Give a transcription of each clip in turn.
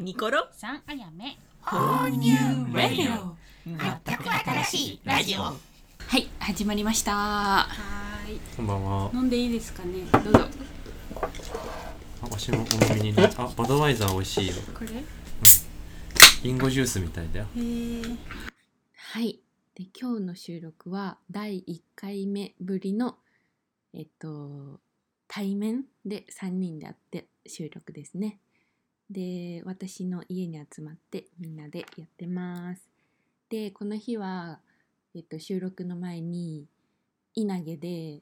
ニコロさんあやめ All New Radio 全く新しいラジオはい始まりましたはーいこんばんは。飲んでいいですかねどうぞあ、わしもお飲みにな。あ、バドワイザー美味しいよ。これへリンゴジュースみたいだよ。えはいで今日の収録は第1回目ぶりのえっと対面で3人で会って収録ですねで私の家に集まってみんなでやってますでこの日は、えっと、収録の前に稲毛で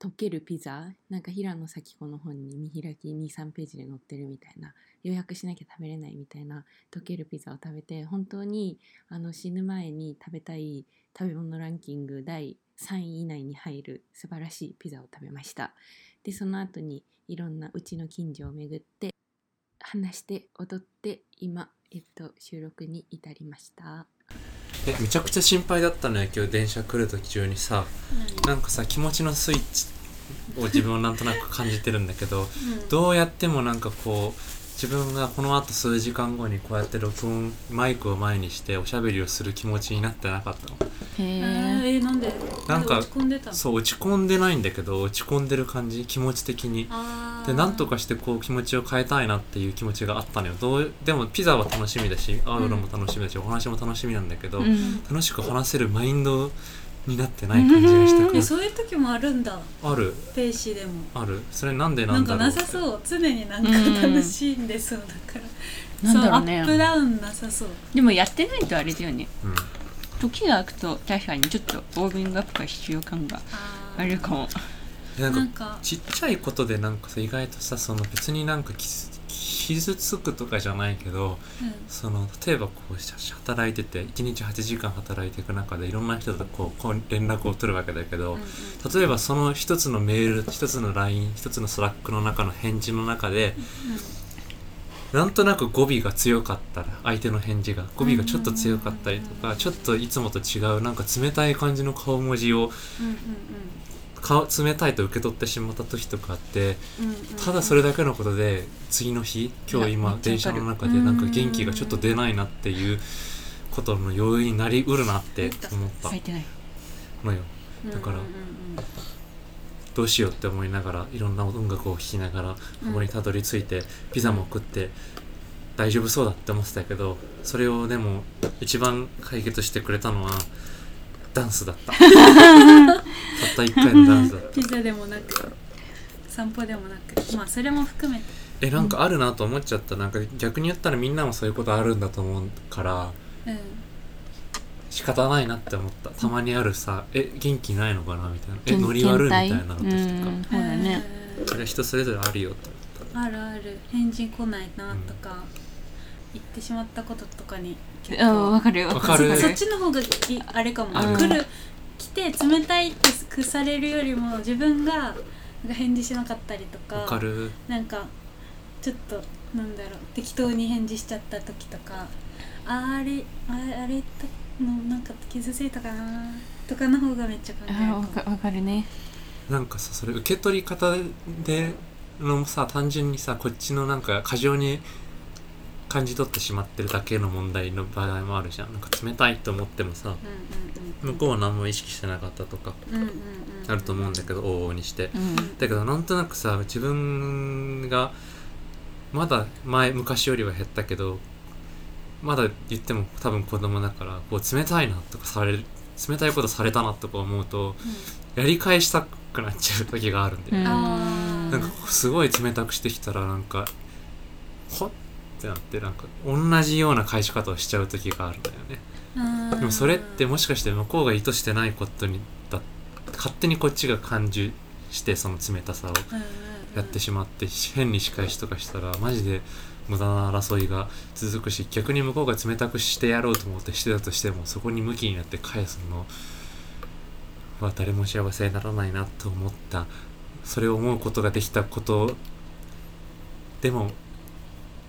溶けるピザなんか平野咲子の本に見開き23ページで載ってるみたいな予約しなきゃ食べれないみたいな溶けるピザを食べて本当にあの死ぬ前に食べたい食べ物ランキング第3位以内に入る素晴らしいピザを食べましたでその後にいろんなうちの近所を巡って話して踊って今、えっと、収録に至りましたえ、めちゃくちゃ心配だったのよ。今日電車来る時中にさ、なんかさ、気持ちのスイッチを自分はなんとなく感じてるんだけ ど、どうやってもなんかこう、自分がこの後数時間後にこうやって録音マイクを前にしておしゃべりをする気持ちになってなかったのへえー、なんでなんか落ち込んでたのそう落ち込んでないんだけど落ち込んでる感じ気持ち的にあーでなんとかしてこう気持ちを変えたいなっていう気持ちがあったのよどうでもピザは楽しみだしアウロも楽しみだし、お話も楽しみなんだけど、ん楽しく話せるマインドになってない感じがしたかえら そういう時もあるんだあるペイシーでもあるそれなんでななんんだかろうなってさそう常になんかうん楽しんでそうだから、なんだろうねそうアップダウンなさそうでもやってないとあれだよねうん時が空くと確かにちょっとウォーミングアップが必要感がああるかもでなんかなんかちっちゃいことでなんかさ意外とさその別になんか傷傷つくとかじゃないけどうんその例えばこうし働いてて1日8時間働いていく中でいろんな人とこうこう連絡を取るわけだけど、うんうん例えばその一つのメール一つの LINE 一つのスラックの中の返事の中でなんとなく語尾が強かったら相手の返事が語尾がちょっと強かったりとかちょっといつもと違うなんか冷たい感じの顔文字うをん顔冷たいと受け取ってしまった時とかあってうんうんうんうんただそれだけのことで次の日今日いや今めっちゃ電わかる車の中でなんか元気がちょっと出ないなっていうことの要因になりうるなって思った咲いてないのよ。だからうんうんうんうんどうしようって思いながらいろんな音楽を聴きながらここにたどり着いて、ピザも食って大丈夫そうだって思ってたけどそれをでも一番解決してくれたのはダンスだっ たたった1回のダンスだったピザでもなく散歩でもなくまあそれも含めてえなんかあるなと思っちゃったなんか逆に言ったらみんなもそういうことあるんだと思うからうん仕方ないなって思ったたまにあるさえ元気ないのかなみたいなえ倦ノリ悪いみたい倦な怠のとうかんそうだねそれは人それぞれあるよとうんあるある返事来ないなとか、言ってしまったこととかに結うんわ構かるよわかるそっちの方がいあれかも、うん来る来て冷たいってくされるよりも自分がなんか返事しなかったりとわかかるなんかちょっとなんだろう適当に返事しちゃった時とかあれあれあれとのなんか傷ついたかなとかの方がめっちゃ考あえるかーもわかわかるねなんかさそれ受け取り方でのさ単純にさこっちのなんか過剰に感じ取ってしまってるだけの問題の場合もあるじゃんなんか冷たいと思ってもさうんうんうん向こうは何も意識してなかったとかうんうんうんあると思うんだけど往々にしてうんだけどなんとなくさ自分がまだ前昔よりは減ったけどまだ言っても多分子供だからこう冷たいなとかされる冷たいことされたなとか思うとやり返したくなっちゃう時があるんだよねうんあーなんかすごい冷たくしてきたらなんかほっってなってなんか同じような返し方をしちゃう時があるんだよねうんうんでもそれってもしかして向こうが意図してないことにだ勝手にこっちが感受してその冷たさをうんうんうんやってしまって変に仕返しとかしたらマジで無駄な争いが続くし逆に向こうが冷たくしてやろうと思ってしてたとしてもそこに向きになって返すのは誰も幸せにならないなと思ったそれを思うことができたことでも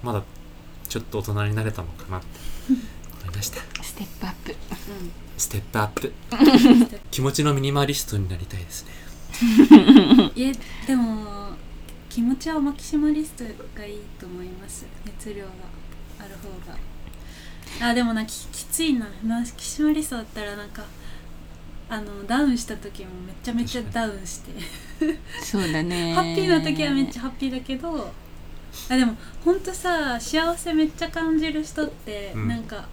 まだちょっと大人になれたのかなって思いましたステップアップステップアッ プ気持ちのミニマリストになりたいですねうんいやでも気持ちはマキシマリストがいいと思います熱量がある方があでもなききついなマキシマリストだったらなんかあのダウンした時もめちゃめちゃダウンしてそうだねハッピーな時はめっちゃゃハッピーだけどあでもほんとさ幸せめっちゃ感じる人って、うんなんか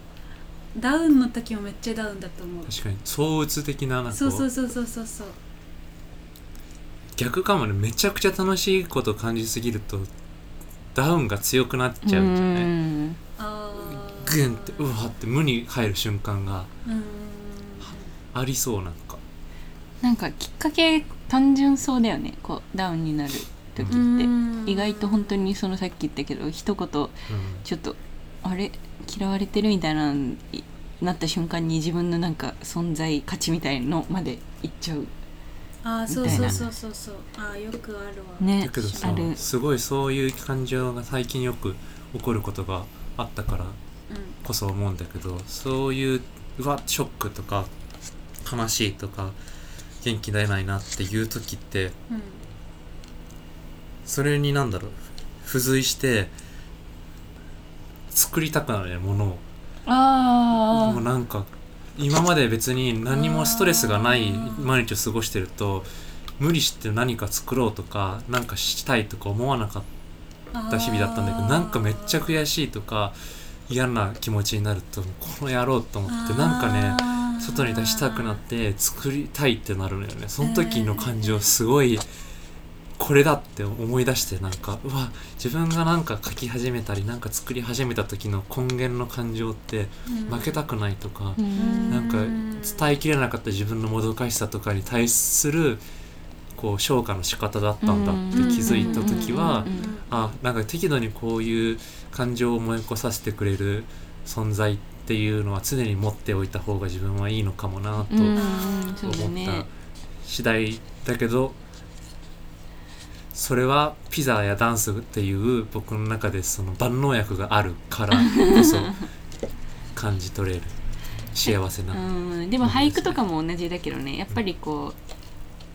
ダウンの時もめっちゃダウンだと思う確かに相うつ的ななんかこそううそうそうそうそうそう逆かもねめちゃくちゃ楽しいこと感じすぎるとダウンが強くなっちゃうんじゃないあーグンってうわって無に入る瞬間がうーんありそうなんかなんかきっかけ単純そうだよねこうダウンになる時っうてうん意外と本当にそのさっき言ったけど一言うんちょっとあれ嫌われてるみたいなのになった瞬間に自分のなんか存在価値みたいのまでいっちゃうあーそみうたいそうなそうそうそうあーよくあるわ、ねだけどあさるすごいそういう感情が最近よく起こることがあったかうらんこそ思うんだけどそういううわショックとか悲しいとか元気出ないなっていう時ってうんそれになんだろう付随して作りたくなるねものをあもうなんか今まで別に何もストレスがない毎日を過ごしてると無理して何か作ろうとか何かしたいとか思わなかった日々だったんだけどなんかめっちゃ悔しいとか嫌な気持ちになるとこの野郎と思ってなんかねね外に出したくなって作りたいってなるのよねその時の感情すごいこれだって思い出してなんかうわ自分がなんか書き始めたりなんか作り始めた時の根源の感情って負けたくないとかーうんなんかうん伝えきれなかった自分のもどかしさとかに対するこう消化の仕方だったんだって気づいた時はうんあなんか適度にこういう感情を思い起こさせてくれる存在っていうのは常に持っておいた方が自分はいいのかもなとうんうんう思っんそうだねた次第だけどそれはピザやダンスっていう僕の中でその万能薬があるからこそ感じ取れる幸せな。うんでも俳句とかも同じだけどねやっぱりこ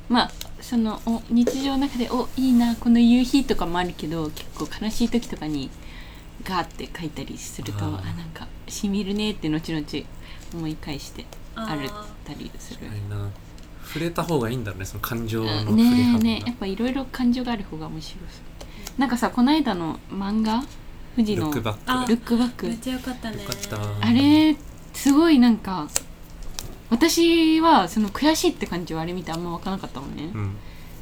うまあそのお日常の中で「おいいなこの夕日」とかもあるけど結構悲しい時とかにガーって書いたりするとああーなんかしみるねって後々思い返してあるたりする。あれな触れた方がいいんだろうねその感情の触れね幅えが、ねえやっぱいろいろ感情がある方が面白そうなんかさこの間の漫画富士ルのックバッあクルックバックめっちゃよかったねよかったあれすごいなんか私はその悔しいって感情はあれ見てあんま湧かなかったもんね、うん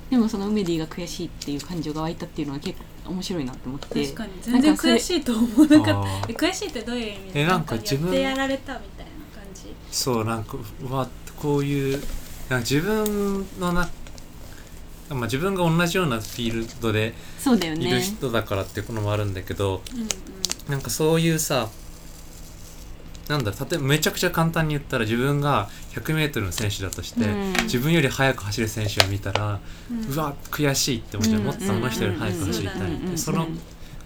でもそのウメディが悔しいっていう感情が湧いたっていうのは結構面白いなと思って確かに全然悔しいと思わなかっあたえー悔しいってどういう意味えなんか自分やってやられたみたいな感じそうなんかうわこういうなんか自分のな、まあ、自分が同じようなフィールドでそうだよいるね人だからっていうのもあるんだけど、うんうんなんかそういうさなんだろう例えばめちゃくちゃ簡単に言ったら自分が 100m の選手だとして、うん自分より速く走る選手を見たら、うんうわ悔しいって思っちゃう、もっとあの人より速く走りたいって、うんその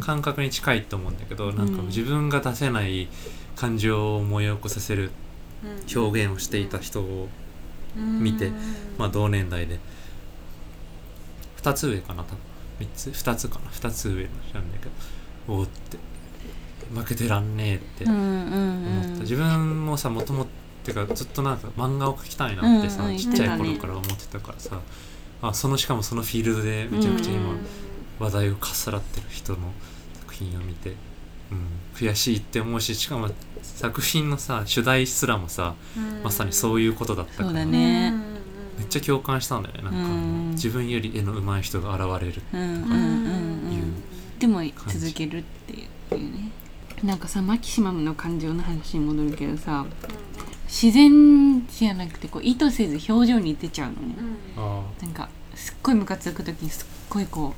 感覚に近いと思うんだけどなんかうん自分が出せない感情を思い起こさせるうん表現をしていた人を、見てうんまあ、同年代で2つ上かな多分3つ2つかな2つ上なんだけどおおって負けてらんねえってう思っんうんた、うん自分もさもともってかずっとなんか漫画を描きたいなってさ、うんうんちっちゃい言っ頃てかたら思ってたからさあそのしかもそのフィールドでめちゃくちゃ今、うん話題をかっさらってる人の作品を見て、うん、悔しいって思うししかも作品のさ主題すらもさまさにそういうことだったから、そうだうねんうんめっちゃ共感したんだよねなんかあの、うん自分より絵の上手い人が現れるうんうんううんんうんでも続けるっていうねなんかさマキシマムの感情の話に戻るけどさ自然じゃなくてこう意図せず表情に出ちゃうのね、うんあなんかすっごいムカつく時にすっごいこう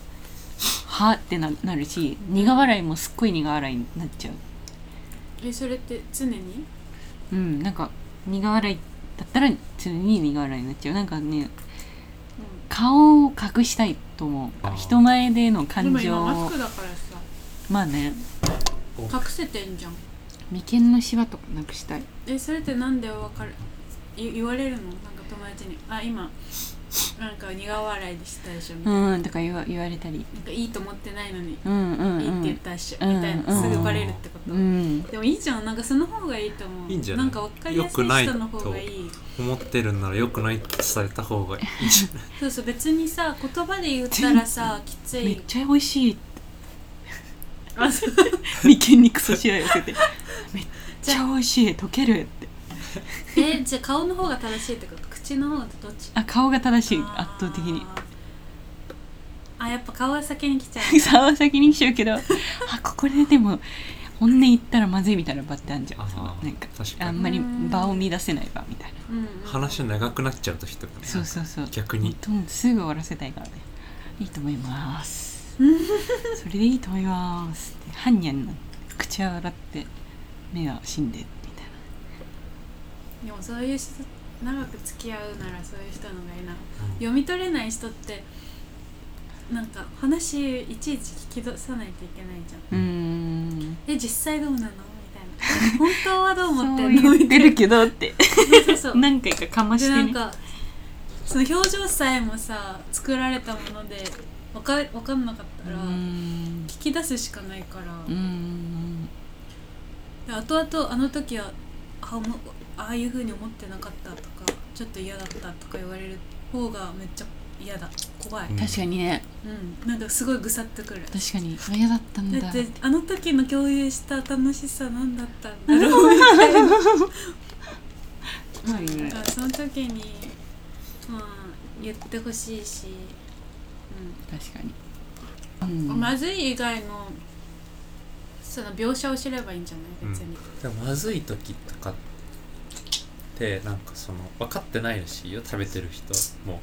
はーってななるし苦笑いもすっごい苦笑いになっちゃうえそれって常にうんなんか苦笑いだったら常に苦笑いになっちゃうなんかね顔を隠したいと思あーう人前でので感も情今マをスクだからまあねさ隠せてんじゃん眉間のシワとかなくしたいえそれってなんでわかるい言われるのなんか友達に「あ今なんか苦笑いでしたでしょみたいな,、うんとか言わ言われたりなんかいいと思ってないのに、うんうんいいって言ったでしょみたいな、うんすぐバレるってこと、うんうんでもいいじゃんなんかその方がいいと思ういいんじゃないなんか分かりやすい人の方がいい思ってるんなら良くないって伝えた 方がいいじゃないそうそう別にさ言葉で言ったらさきつめっいちゃ美味しいあそう眉間にクソしわ寄 せてめっちゃ美味しい溶けるってえじゃあ顔の方が正しいってこと口の方がどっちあ顔が正しい圧倒的にあやっぱ顔は先に来ちゃ う草は先にしちゃうけどあここででも本音言ったらまずいみたいな場ってあるじゃあんーそのなんか確あかんにまり場を乱せない場みたいなうんうん話長くなっちゃう時とかねそうそうそう逆もにうとすぐ終わらせたいからねいいと思いますそれでいいと思いますって犯人の口は笑って目は死んでみたいでもそういう人長く付き合うならそういう人の方がいいな読み取れない人ってなんか話いちいち聞き出さないといけないじゃんなうーんえ実際どうなのみたい な本当はどう思ってんそのう言みったているけどってなそう そう何回かかましでてなんねかその表情さえもさ作られたものでわかわかんなかったらうーん聞き出すしかないから、うーんで後々あの時はあおもああいう風に思ってなかったとかちょっと嫌だったとか言われる方がめっちゃ嫌だ怖い、うん確かにねうん、なんかすごいぐさっとくる確かに嫌だったんだだってあの時の共有した楽しさ何だったんだろうみたいなまあいいねだからその時にまあ言ってほしいし、確かに、うんうんまずい以外のその描写を知ればいいんじゃない別に、でもまずい時とかってなんかその分かってないらしいよ食べてる人も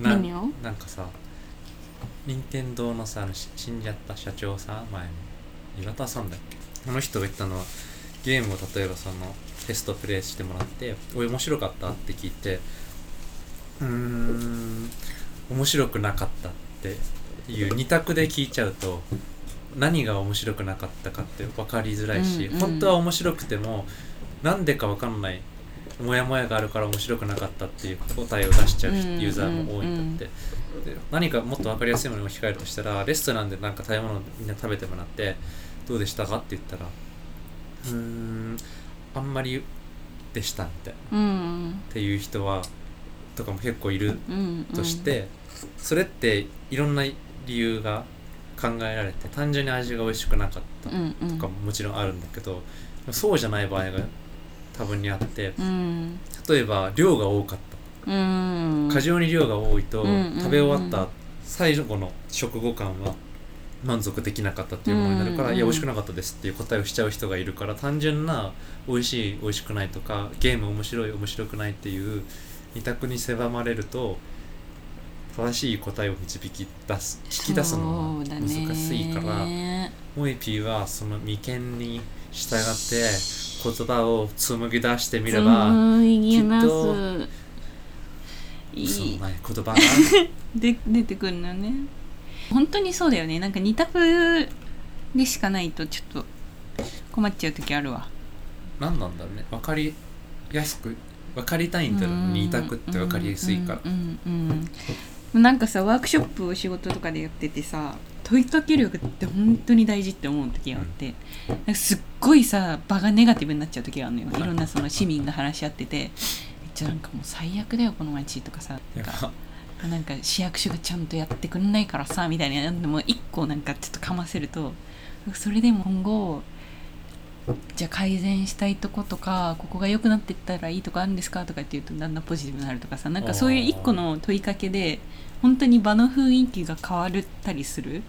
な何をなんかさ任天堂のさあのし死んじゃった社長さ前の岩田さんだっけあの人が言ったのはゲームを例えばそのテストプレイしてもらって「おい面白かった?」って聞いて「うーん面白くなかった」っていう二択で聞いちゃうと何が面白くなかったかって分かりづらいし、うんうん本当は面白くてもなんでか分かんないモヤモヤがあるから面白くなかったっていう答えを出しちゃううんユーザーも多いんだって、で何かもっと分かりやすいものに置き換えるとしたらレストランでなんか食べ物をみんな食べてもらってどうでしたかって言ったらうーんあんまりでしたみたいなうんっていう人はとかも結構いるうんとして、それっていろんな理由が考えられて単純に味が美味しくなかったうんうんうんとかももちろんあるんだけど、そうじゃない場合が多分にあってうん例えば量が多かったうん過剰に量が多いと、うんうんうん食べ終わった最後の食後感は満足できなかったっていうものになるから、うんうんいや美味しくなかったですっていう答えをしちゃう人がいるから単純な美味しい美味しくないとかゲーム面白い面白くないっていう二択に狭まれると正しい答えを導き出す引き出すのは難しいから、モイピーはその眉間に従って言葉を紡ぎ出してみれば、ききっとといそのいない言葉がで出てくるのね本当にそうだよねなんか二択でしかないとちょっと困っちゃう時あるわ何なんだろうね分かりやすく分かりたいんだろうね二択って分かりやすいからうんうんうんなんかさワークショップを仕事とかでやっててさ問いかけ力って本当に大事って思う時があってなんかすっごいさ場がネガティブになっちゃう時があるのよいろんなその市民が話し合っててめっちゃなんかもう最悪だよこの街とかさなんかなんか市役所がちゃんとやってくれないからさみたいなのも一個なんかちょっとかませるとそれでも今後じゃあ改善したいとことかここが良くなっていったらいいとこあるんですかとかって言うとだんだんポジティブになるとかさなんかそういう一個の問いかけで本当に場の雰囲気が変わったりする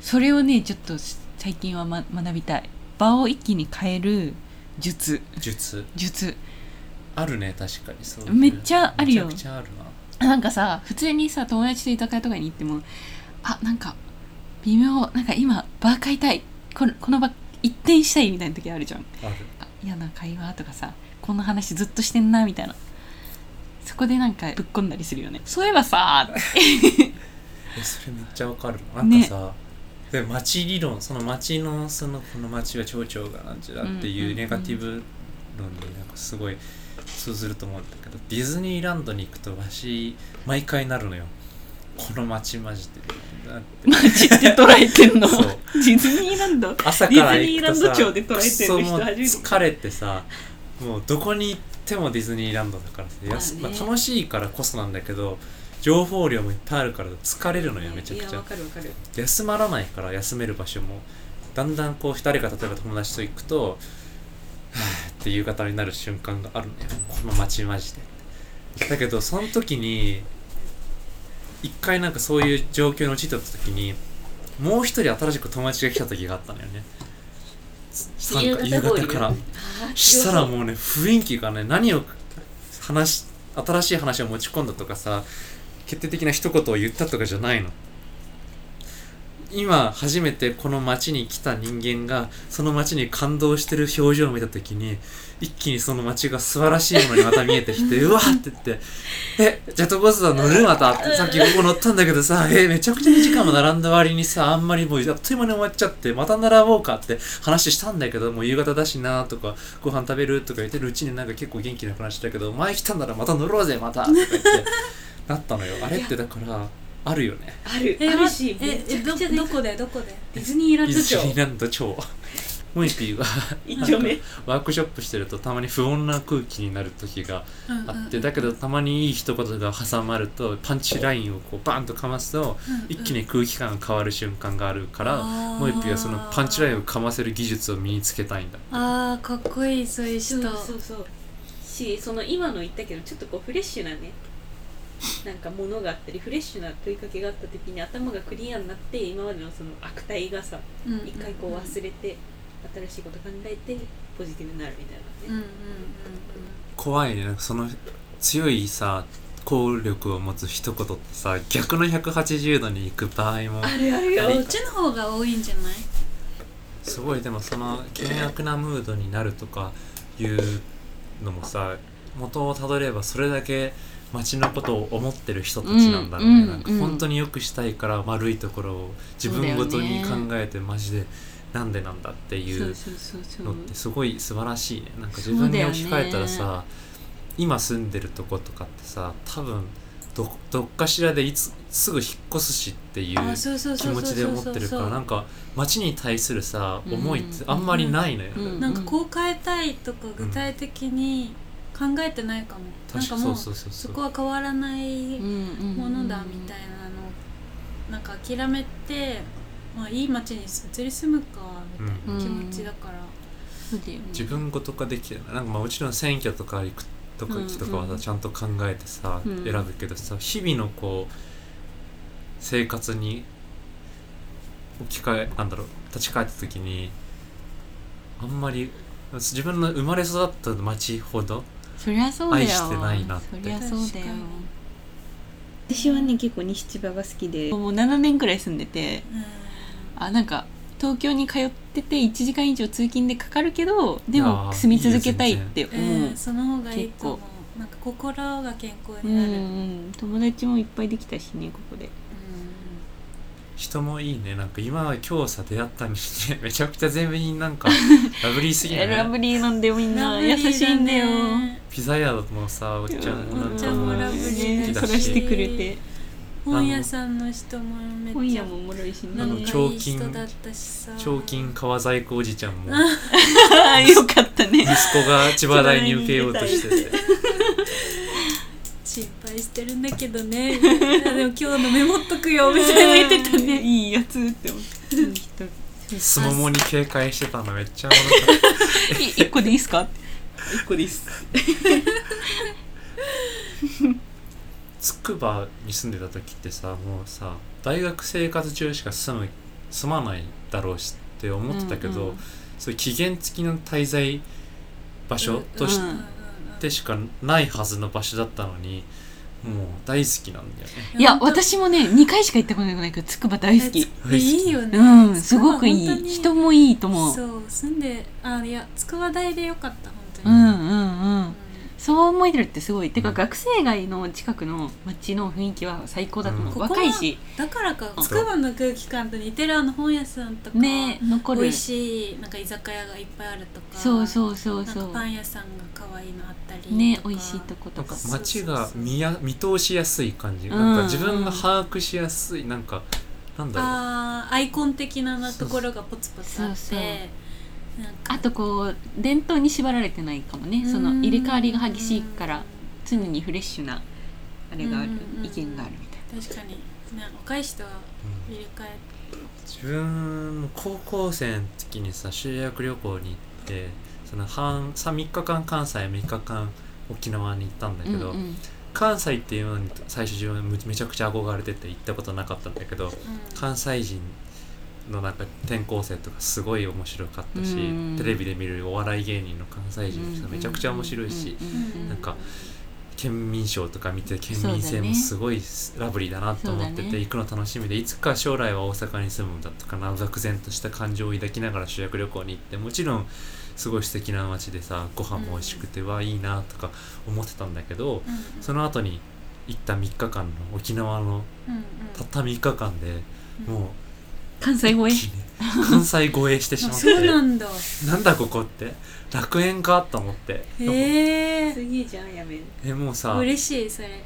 それをねちょっと最近は、ま、学びたい場を一気に変える術術術あるね確かにそうめっちゃあるよめちゃくちゃあるななんかさ普通にさ友達と居酒屋とかに行ってもあなんか微妙なんか今バー買いたいこのこの場一転したいみたいな時あるじゃんあるあ嫌な会話とかさこの話ずっとしてんなみたいなそこでなんかぶっ込んだりするよねそういえばさえそれめっちゃわかるなねなんかさで町理論その町のそのこの町は町長がなんちゃらってうんうんいううんネガティブ論になんかすごい通ずると思うんだけどディズニーランドに行くとわし毎回なるのよこの街マジでだってマジで捉えてんのそうディズニーランド朝からディズニー行くラとンドさ庁で捉えてる人くそもう初めて疲れてさもうどこに行ってもディズニーランドだからさやすまあねまあ、楽しいからこそなんだけど情報量もいっぱいあるから疲れるのよめちゃくちいやゃわかるわかる休まらないから休める場所もだんだんこう誰か例えば友達と行くとはぁって夕方になる瞬間があるのよこの街マジでだけどその時に一回なんかそういう状況に陥った時にもう一人新しく友達が来た時があったのよね夕なん方か夕合方流からしたらもうね雰囲気がね何を話し新しい話を持ち込んだとかさ決定的な一言を言ったとかじゃないの今初めてこの街に来た人間がその街に感動してる表情を見た時に一気にその街が素晴らしいものにまた見えてきてうわって言って「えジェットコースター乗るまた」さっきここ乗ったんだけどさえめちゃくちゃ2時間も並んだ割にさあんまりもうあっという間に終わっちゃってまた並ぼうかって話したんだけどもう夕方だしなとかご飯食べるとか言ってるうちになんか結構元気なくなっちゃったけど前来たんならまた乗ろうぜまたとか言ってなったのよあれってだからあるよねあるえあるしえめちゃくどちゃどこでどこでディズニーラデンィドズ城ニーランド超モイピーが一丁目ワークショップしてるとたまに不穏な空気になる時がうんあうんってだけどたまにいい一言が挟まるとパンチラインをこうバンとかますと一気に空気感が変わる瞬間があるからあーモイピーはそのパンチラインをかませる技術を身につけたいんだあーかっこいいそういう人そうそうそうしその今の言ったけどちょっとこうフレッシュなねなんかものがあったりフレッシュな問いかけがあった時に頭がクリアになって今までのその悪態がさうんうん一回こう忘れて新しいこと考えてポジティブになるみたいなうんね、うんうん怖いねなんかその強いさ効力を持つ一言ってさ逆の180度に行く場合もあるうんこっちの方が多いんじゃないすごいでもその険悪なムードになるとかいうのもさ元をたどればそれだけ街のことを思ってる人たちなんだろうね、うんなんかうん本当によくしたいから悪いところを自分ごとに考えてマジでなんでなんだっていそううそうそうそのうってすごい素晴らしいねなんか自分に置き換えたらそうだよさ、今住んでるとことかってさ多分どどっかしらでいつすぐ引っ越すしっていうあそうそう気そう持そうちでそう思そってうるからなんか街に対するさうん思いってあんまりないのよ、うんなんかこう変えたいとか具体的に考えてないかも、なんか確かもそううそうそうそそうこは変わらないもものだみたいなのなんか諦めて、まあ、いい街に移り住むかみたいな気持ちだから、そうだよね自分ごと化できてないなんかまあもちろん選挙とか行くとかとかはうんうさんちゃんと考えてさうん選ぶけどさ日々のこう生活に置き換えなんだろう立ち返った時にあんまり自分の生まれ育った町ほどそりゃそうだよ愛してないなってそりゃそうだよ確か私はね結構西千葉が好きでもう7年くらい住んでてうんあなんか東京に通ってて1時間以上通勤でかかるけどであもー住み続けたいって思うえーその方がいいと思うなんか心が健康うんになる、うん友達もいっぱいできたしねここで人もいいねなんか今は今日さ出会った人間めちゃくちゃ全員なんかラブリーすぎなラい、ブリーなんだよみんな優しいんだよピザ屋もさおっちゃんもなおんかもうっちゃんもラブリー好きねそだらしてしくれて本屋さんの人もめっちゃ今夜もおもろいしなねんかあのいい彫人金だったしさ彫金革細工おじちゃんもあーよかったね息子が千葉大に受けようとしてて心配してるんだけどね いやでも今日のメモっとくよみたいな言ってたねいいやつって思っていい人すももに警戒してたのめっちゃおもろかったい一個でいいっすか一個でいいっすつくばに住んでた時ってさもうさ大学生活中しか住む住まないだろうしって思ってたけど、うんうんそういう期限付きの滞在場所としてうんうんってしかないはずの場所だったのにもう大好きなんだよねいや本当私もね2回しか行ったことないけどつくば大好き大好きいいよねうんすごくい本当にい人もいいと思うそう住んであいや筑波大でよかった本当うに、んううんんうんそう思えてるってすごいてうかん学生街の近くの街の雰囲気は最高だと思う、うんここは若いしだからかうんつくばの空気感と似てるあの本屋さんとか、ね残美る味しいなんか居酒屋がいっぱいあるとかそうそうそうなんそかパうン屋さんが可愛いのあったりとかね美味しいとことかなんかそう街が見や見通しやすい感じ、うんなんか自分が把握しやすいなんかなんだろうあーアイコン的ななところがポツポツあってそうそうなんかあとこう伝統に縛られてないかもねその入れ替わりが激しいから常にフレッシュなあれがあるうんうんうん意見があるみたいなうん確かに、ね、若い人はうん入れ替え自分も高校生の時にさ修学旅行に行ってその半さ3日間関西3日間沖縄に行ったんだけど、うんうん関西っていうのに最初自分めめちゃくちゃ憧れてて行ったことなかったんだけどうん関西人のなんか転校生とかすごい面白かったし、うんテレビで見るお笑い芸人の関西人の人めちゃくちゃ面白いし、うんうんうんなんか県民賞とか見て県そう民だ性ねもすごいラブリーだなと思ってそうて、だね行くの楽しみでいつか将来は大阪に住むんだとかな漠然とした感情を抱きながら修学旅行に行ってもちろんすごい素敵な街でさご飯も美味しくてわいいなとか思ってたんだけど、うんその後に行った3日間の沖縄のうんうんたった3日間でうんも関西語 うえ一気に関西越えしてしあまっそうなてんだなんだここって楽園かと思ってへえすげえじゃんやめるえもうさ嬉しいそれ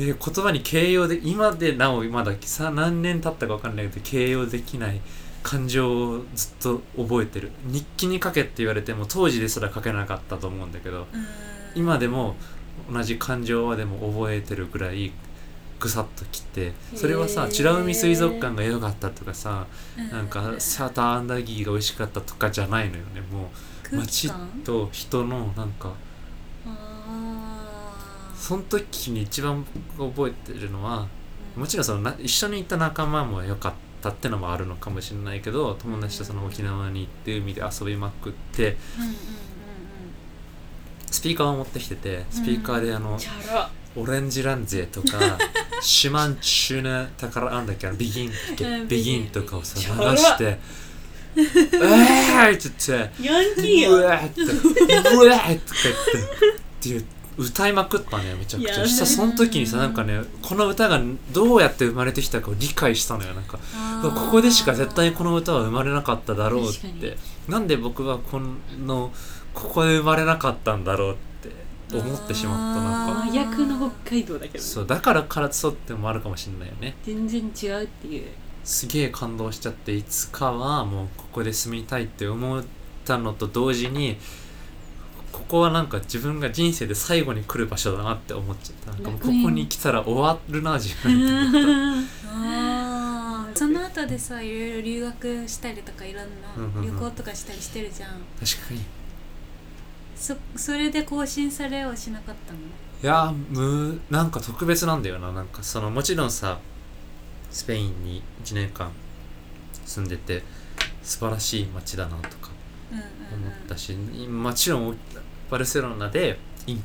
え言葉に形容で今でなおまださ何年経ったか分かんないけど形容できない感情をずっと覚えてる日記に書けって言われても当時ですら書けなかったと思うんだけどうん今でも同じ感情はでも覚えてるぐらいぐさっときてそれはへさー美ら海水族館が良かったとかさうなんかシャーターアンダギーが美味しかったとかじゃないのよねもう空気街感と人のなんかあーその時に一番覚えてるのはうんもちろんそのな一緒に行った仲間も良かったってのもあるのかもしれないけど友達とその沖縄に行って海で遊びまくってうんうんうんスピーカーを持ってきててスピーカーであの、チャラオレンジランゼとかシマンチューナタカラなんだっけあのビギンだっけうんビギンとかをさビギン流して 「えー!」って言ってヤンキー「うやんわ!」って「うわ!」って言ってっていう歌いまくったねめちゃくいちやゃしたその時にさうんなんかねこの歌がどうやって生まれてきたかを理解したのよなんかあこーこでしか絶対この歌は生まれなかっただろうっ確かにてなんで僕はこのここで生まれなかったんだろうって思ってしまったあーなんか真逆の北海道だけどそうだからからそうってのもあるかもしれないよね全然違うっていうすげえ感動しちゃっていつかはもうここで住みたいって思ったのと同時にここはなんか自分が人生で最後に来る場所だなって思っちゃったなんかもうこ楽園こに来たら終わるな自分って思ったあーその後でさいろいろ留学したりとかいろんうんうんうなん旅行とかしたりしてるじゃん,、確かにそそれで更新されはしなかったのいやーむなんか特別なんだよななんかそのもちろんさスペインに1年間住んでて素晴らしい街だなとかうんうん思ったし、もちろんバルセロナでい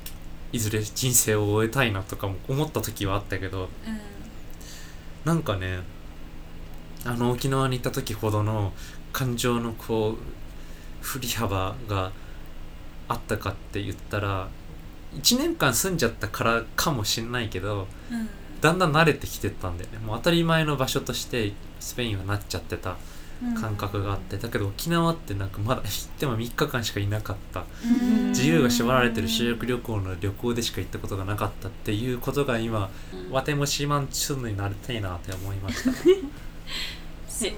いずれ人生を終えたいなとかも思った時はあったけどうんなんかねあの沖縄に行った時ほどの感情のこう振り幅があったかって言ったら1年間住んじゃったからかもしんないけどうんうんだんだん慣れてきてたんだよねもう当たり前の場所としてスペインはなっちゃってたうん感覚があってだけど沖縄ってなんかまだ行っても3日間しかいなかったうん自由が縛られてる修学旅行の旅行でしか行ったことがなかったっていうことが今わてもシーマンチュンヌになりたいなって思いま したそうなんすかね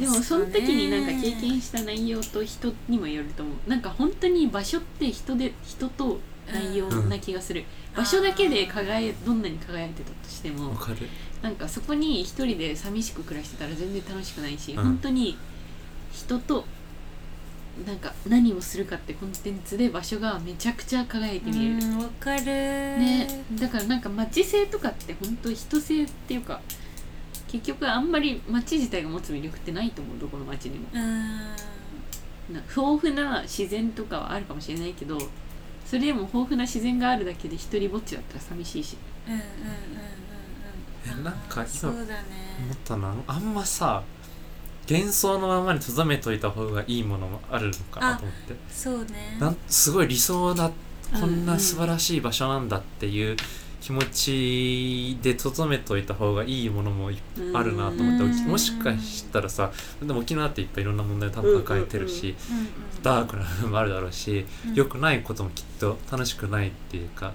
でもその時になんか経験した内容と人にもよると思うなんか本当に場所って人で人と内容な気がする、場所だけで輝いどんなに輝いてたとしてもわかるなんかそこに一人で寂しく暮らしてたら全然楽しくないし、うん本当に人となんか何をするかってコンテンツで場所がめちゃくちゃ輝いて見える、うんわかるねね、だからなんか街性とかって本当人性っていうか結局あんまり街自体が持つ魅力ってないと思うどこの街にもうんな豊富な自然とかはあるかもしれないけどそれでも豊富な自然があるだけで一人ぼっちだったら寂しいしうんうんうんえうんうんなんか今そうだね思ったなあんまさ幻想のままに留めといた方がいいものもあるのかなと思ってそうねなんすごい理想なこんな素晴らしい場所なんだっていう気持ちで留めといた方がいいものもいっぱいあるなと思って、うんもしかしたらさでも沖縄っていっぱいいろんな問題多分抱えてるし、うんダークな部分もあるだろうし、うん良くないこともきっと楽しくないっていうか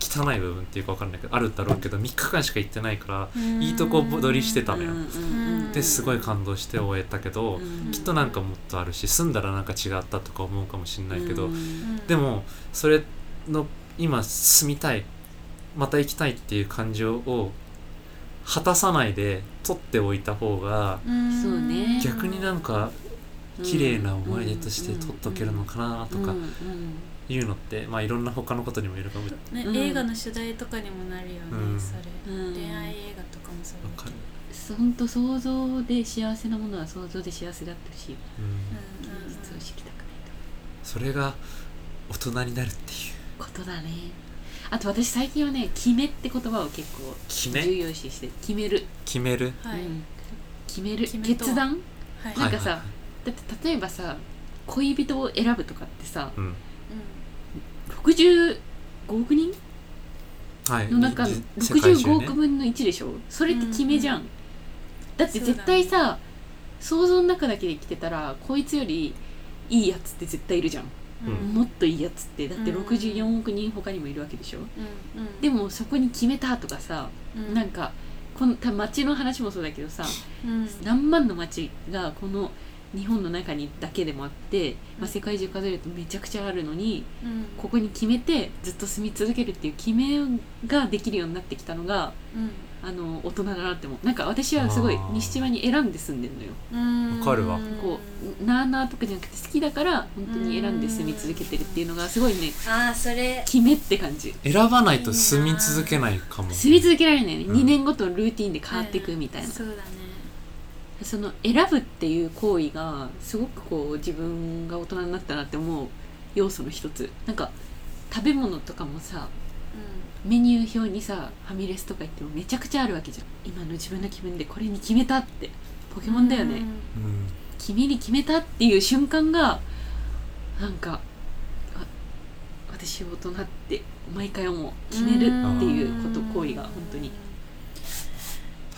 汚い部分っていうか分かんないけどあるだろうけど3日間しか行ってないからうんいいとこ取りしてたのよんですごい感動して終えたけど、きっとなんかもっとあるし住んだらなんか違ったとか思うかもしれないけど、うんでもそれの今住みたいまた行きたいっていう感情を果たさないで取っておいた方がうんそうね逆になんか綺麗な思い出として取っとけるのかなとかうんいうのってまあいろんな他のことにもいるかもわねうん映画の主題とかにもなるよね、うんそれ、うん恋愛映画とかもそうかる、ほんと想像で幸せなものは想像で幸せだったしうんうんうんうん現実を知りたくないとそれが大人になるっていうことだねあと私最近はね「決め」って言葉を結構重決め要視して決める、決めるはい、うん決める決めとは決断はない、んかはいはいはさだって例えばさ恋人を選ぶとかってさうん65億人はいの中のじ65億ね分の1でしょそれって決めじゃん、うんだって絶対さ、想像の中だけで生きてたらこいつよりいいやつって絶対いるじゃん、うん、うんもっといいやつってだってうん64億人他にもいるわけでしょ、うんうん、でもそこに決めたとかさ、うんなんかこのた街の話もそうだけどさうん何万の街がこの日本の中にだけでもあって、まあ、うん世界中数えるとめちゃくちゃあるのにうんここに決めてずっと住み続けるっていう決めができるようになってきたのがうんあの大人だなって思うなんか私はすごいあー西島に選んで住んでるのようんわかるわこうなあなあとかじゃなくて好きだから本当に選んで住み続けてるっていうのがすごいねああそれ決めって感じ選ばないと住み続けないかも住み続けられないね、うん2年ごとのルーティンで変わっていくみたいな、そうだねその選ぶっていう行為がすごくこう自分が大人になったなって思う要素の一つなんか食べ物とかもさメニュー表にさファミレスとか行ってもめちゃくちゃあるわけじゃん今の自分の気分でこれに決めたってポケうんモンだよね、うん君に決めたっていう瞬間がなんかあ私大人って毎回思う決めるっていうことん行為が本当に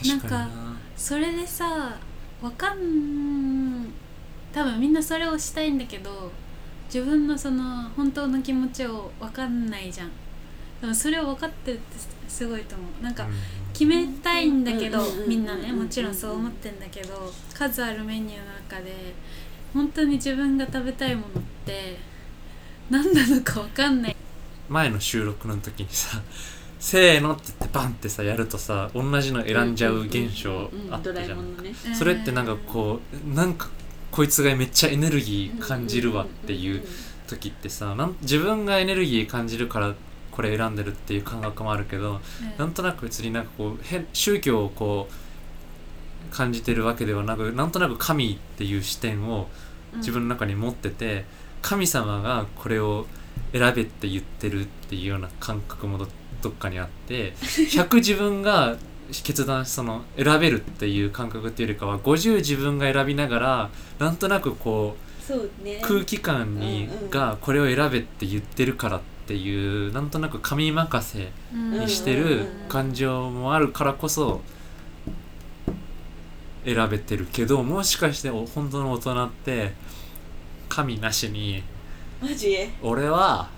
確かになそれでさわかん多分みんなそれをしたいんだけど自分のその本当の気持ちをわかんないじゃんでもそれを分かってるってすすごいと思うなんか決めたいんだけどうんうんうんうんみんなねもちろんそう思ってんだけど数あるメニューの中で本当に自分が食べたいものって何なのかわかんない前の収録の時にさ「せーの」って言ってバンってさやるとさ同じの選んじゃう現象あっドラたえじゃもんんのねそれってなんかこうなんかこいつがめっちゃエネルギー感じるわっていう時ってさなん自分がエネルギー感じるからこれ選んでるっていう感覚もあるけどうなんんとなく別になんかこう変宗教をこう感じてるわけではなくなんとなく神っていう視点を自分の中に持ってて神様がこれを選べって言ってるっていうような感覚もどどっかにあ って100自分が決断その選べるっていう感覚っていうよりかは50自分が選びながらなんとなくこそうねう空気感にうんうんがこれを選べって言ってるからっていうなんとなく神任せうんにしてる感情もあるからこそ選べてるけどもしかしてお本当の大人って神なしにマジ俺は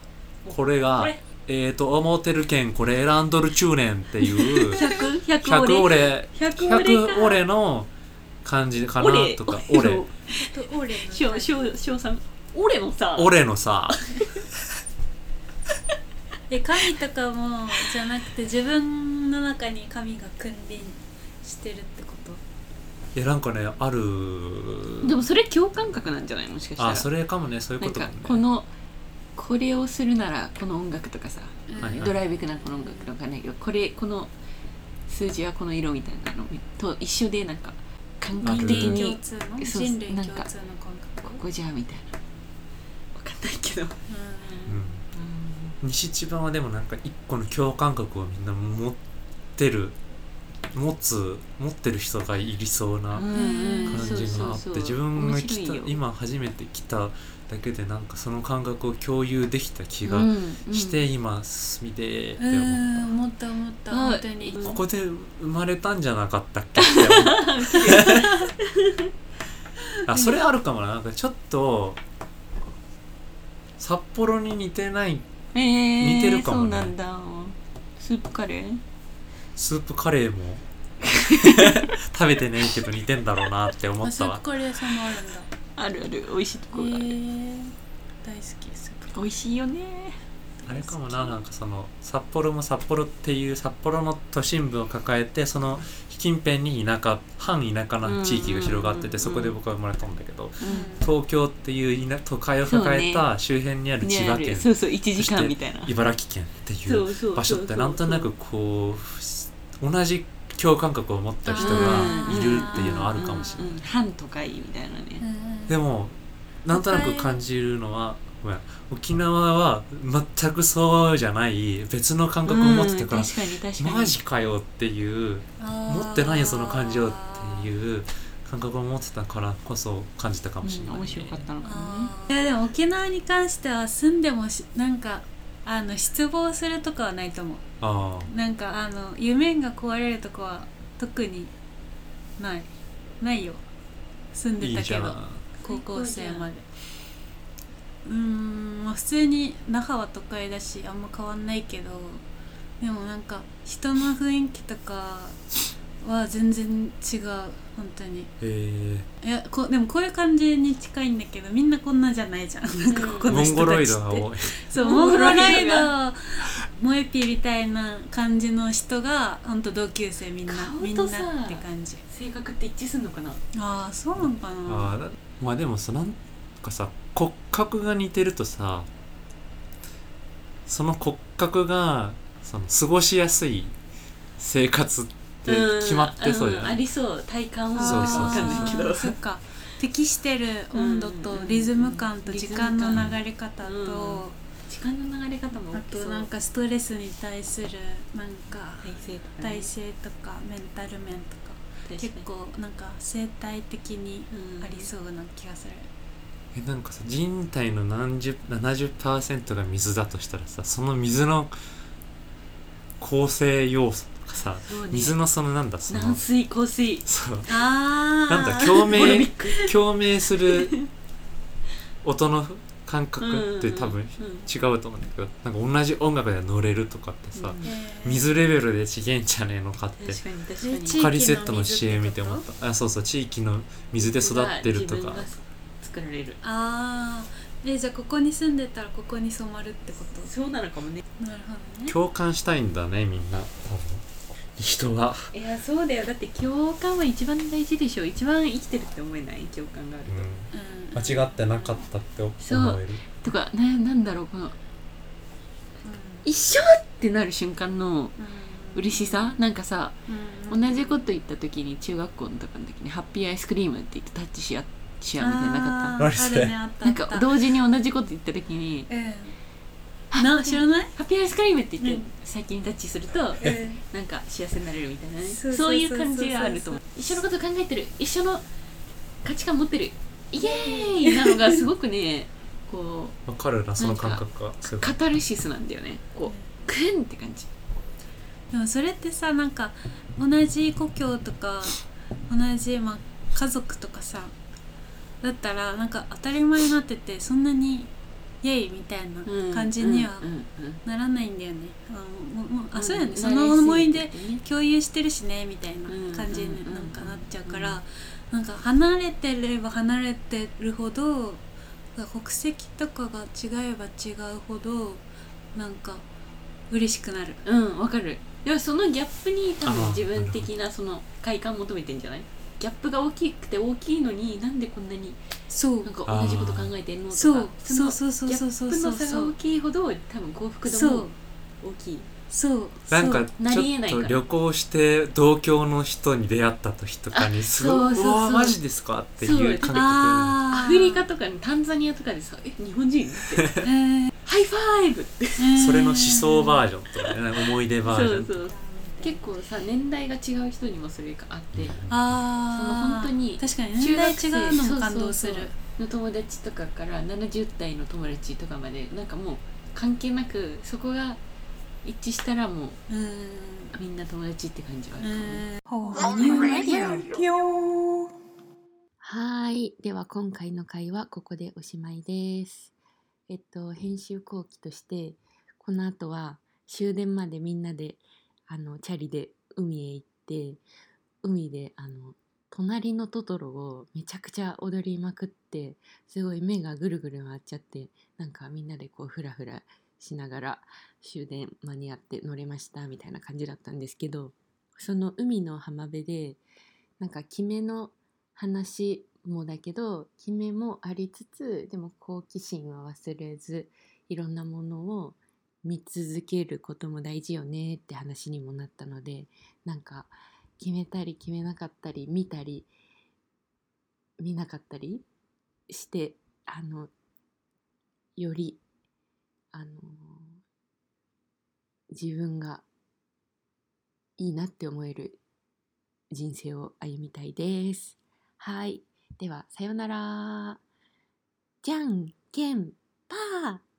これがこれええー、と思ってるけんこれ選んどる中年っていう100百俺俺100俺百俺の感じかな俺とか俺 俺とオーレのしょしょしょうさん俺もさ俺のさで神とかもじゃなくて自分の中に神が君臨してるってこといやなんかねあるでもそれ共感覚なんじゃないもしかしたらあそれかもねそういうなこんとかかもねこのこれをするならこの音楽とかさ、はいはいドライブ行くならこの音楽とかわかんないけどこれこの数字はこの色みたいなのと一緒でなんか感覚的あるに共通のそう人類な共ん通のか感こ覚こじゃみたいなわかんないけどうん西千葉はでもなんか一個の共感覚をみんな持ってる持つ持ってる人がいりそうなうんうん感じがあそうそってうそう自分が来た面白いよ今初めて来ただけでなんかその感覚を共有できた気うがんうんして、今進みでーってう思ん思った思ったあ本当にうここで生まれたんじゃなかったっ けって思うあそれあるかもななんかちょっと札幌に似てないえー、似てるかもねそうなんだスープカレースープカレー も食べてねえけど似てんだろうなって思あっスたープわカレー屋さんもあるんだあるある美味しいとへこがある、ー大好きスープ美味しいよねあれかもななんかその札幌も札幌っていう札幌の都心部を抱えてその近辺に田舎半田舎な地域が広がっててうんうんうんうんそこで僕は生まれたんだけどうん東京っていう田都会を抱えた周辺にある千葉ねある県そうそう1時間みたいな茨城県っていそううそう場所ってなんとなくこう同じ共感覚を持った人がいるっていうのはあるかもしれなない、うんうい。んうん半都会みたいなね、でもなんとなく感じるのはごめん沖縄は全くそうじゃない別の感覚を持ってたから、うん確かに確かにマジかよっていう持ってないよその感情ってういう感覚を持ってたからこそ感じたかもしれうんない、面白かったのかもねあーいやでも沖縄に関しては住んでもしなんかあの失望するとかはないと思うあなんかあの夢が壊れるとこは特にないないよ住んあいでたいじけゃどん高校生までうーんまあ普通に那覇は都会だしあんま変わんないけどでもなんか人の雰囲気とかは全然違う本当にえー、いやこでもこういう感じに近いんだけどみんなこんなじゃないじゃん なんかここモのン人ゴロたイちドっがて多いそうモモンゴンゴロロイイドドモエピみたいな感じの人がほんと同級生みんな顔みんなとってさ感じ性格って一致するのかなああそうなのかなあーだまあでもさなんかさ骨格が似てるとさその骨格がその過ごしやすい生活って決まってそうじゃんなあい、りそう体感はそうそうわかんないけあどーそっか適してる温度とうんリズム感と時間の流れ方リズムと時間の流れ方もあ大きとそうなんかストレスに対するなんか体勢とかね体制とかメンタル面とか確かに結構なんか生態的にうんありそうな気がする、えなんかさ人体の何十70%が水だとしたらさその水の構成要素とかさそうね水のそのなんだその軟水硬水そうああなんだ共ボロビ鳴ック共鳴する音の感覚って多分うんうん違うと思うんだけどなんか同じ音楽で乗れるとかってさ、うん水レベルで違えんじゃねえのかって確かに確かに地域カのリセットの水って CM 見て思ったあそうそう地域の水で育ってると自か分が作られるあーえじゃあここに住んでたらここに染まるってこそうなのかもねとなるほどね共感したいんだねみんな多分人はいやそうだよだって共感は一番大事でしょ一番生きてるって思えない共感があると、うん間違ってなかったって思そうえるとかななんだろうこのう一緒ってなる瞬間のん嬉しさなんかさうん同じこと言った時に中学校の時の時にハッピーアイスクリームって言ってタッチし合し合うみたいなのなかっあ何ーそあれるねあったたあなんったか同時に同じこと言った時にうんな知らないハッピーアイスクリームって言っうてん先にタッチするとなんか幸せになれるみたいなねそうそういう感じがあると思うそ一緒のこと考えてる一緒の価値観持ってるイエーイなのがすごく ねこわかるなその感覚がすうごいカタルシスなんだよねこうクンって感じでもそれってさなんか同じ故郷とか同じ、まあ、家族とかさだったらなんか当たり前になっててそんなにイエイみたいな感じにはうんうんうんならないんだよね。あもうもうあそうやねんその思い出慣れすぎてね共有してるしねみたいな感じになんかなっちゃうからなんか離れてれば離れてるほど国籍とかが違えば違うほどなんか嬉しくなる。うんわかるでもそのギャップに多あ分ー自分的なその快感求めてんじゃないギャップが大きくて大きいのになんでこんなにそうなんか同じこと考えてんのとかそうのそうそうそうギャそうそうップそのう差そが大うきいほど多分幸福度そもう大きいそうなんかなちりえょなっいかとら旅行して同郷の人に出会った時とかにすごそういそううそうわーマジですかっていう感覚アあーフリカとかにタンザニアとかでさ「え日本人?」って えー「ハイファイブ!」ってそれの思想バージョンとかね思い出バージョンそうそう結構さ年代が違う人にもそれがあってああその本当に確かに中年代学違生うのも感動するそうそうそうの友達とかから70代の友達とかまでなんかもう関係なくそこが一致したらもううみんな友達って感じはあるーかもね、んほうニューレディオはーい。では今回の回はここでおしまいです。えっと、編集後期として、この後は終電までみんなで、あの、チャリで海へ行って、海で、あの、隣のトトロをめちゃくちゃ踊りまくって、すごい目がぐるぐる回っちゃって、なんかみんなでこうフラフラしながら終電間に合って乗れましたみたいな感じだったんですけど、その海の浜辺で、なんか決めの話もだけど決めもありつつでも好奇心は忘れずいろんなものを見続けることも大事よねって話にもなったのでなんか決めたり決めなかったり見たり見なかったりしてあのよりあの自分がいいなって思える人生を歩みたいです。はい。では、さようなら。じゃんけん、パー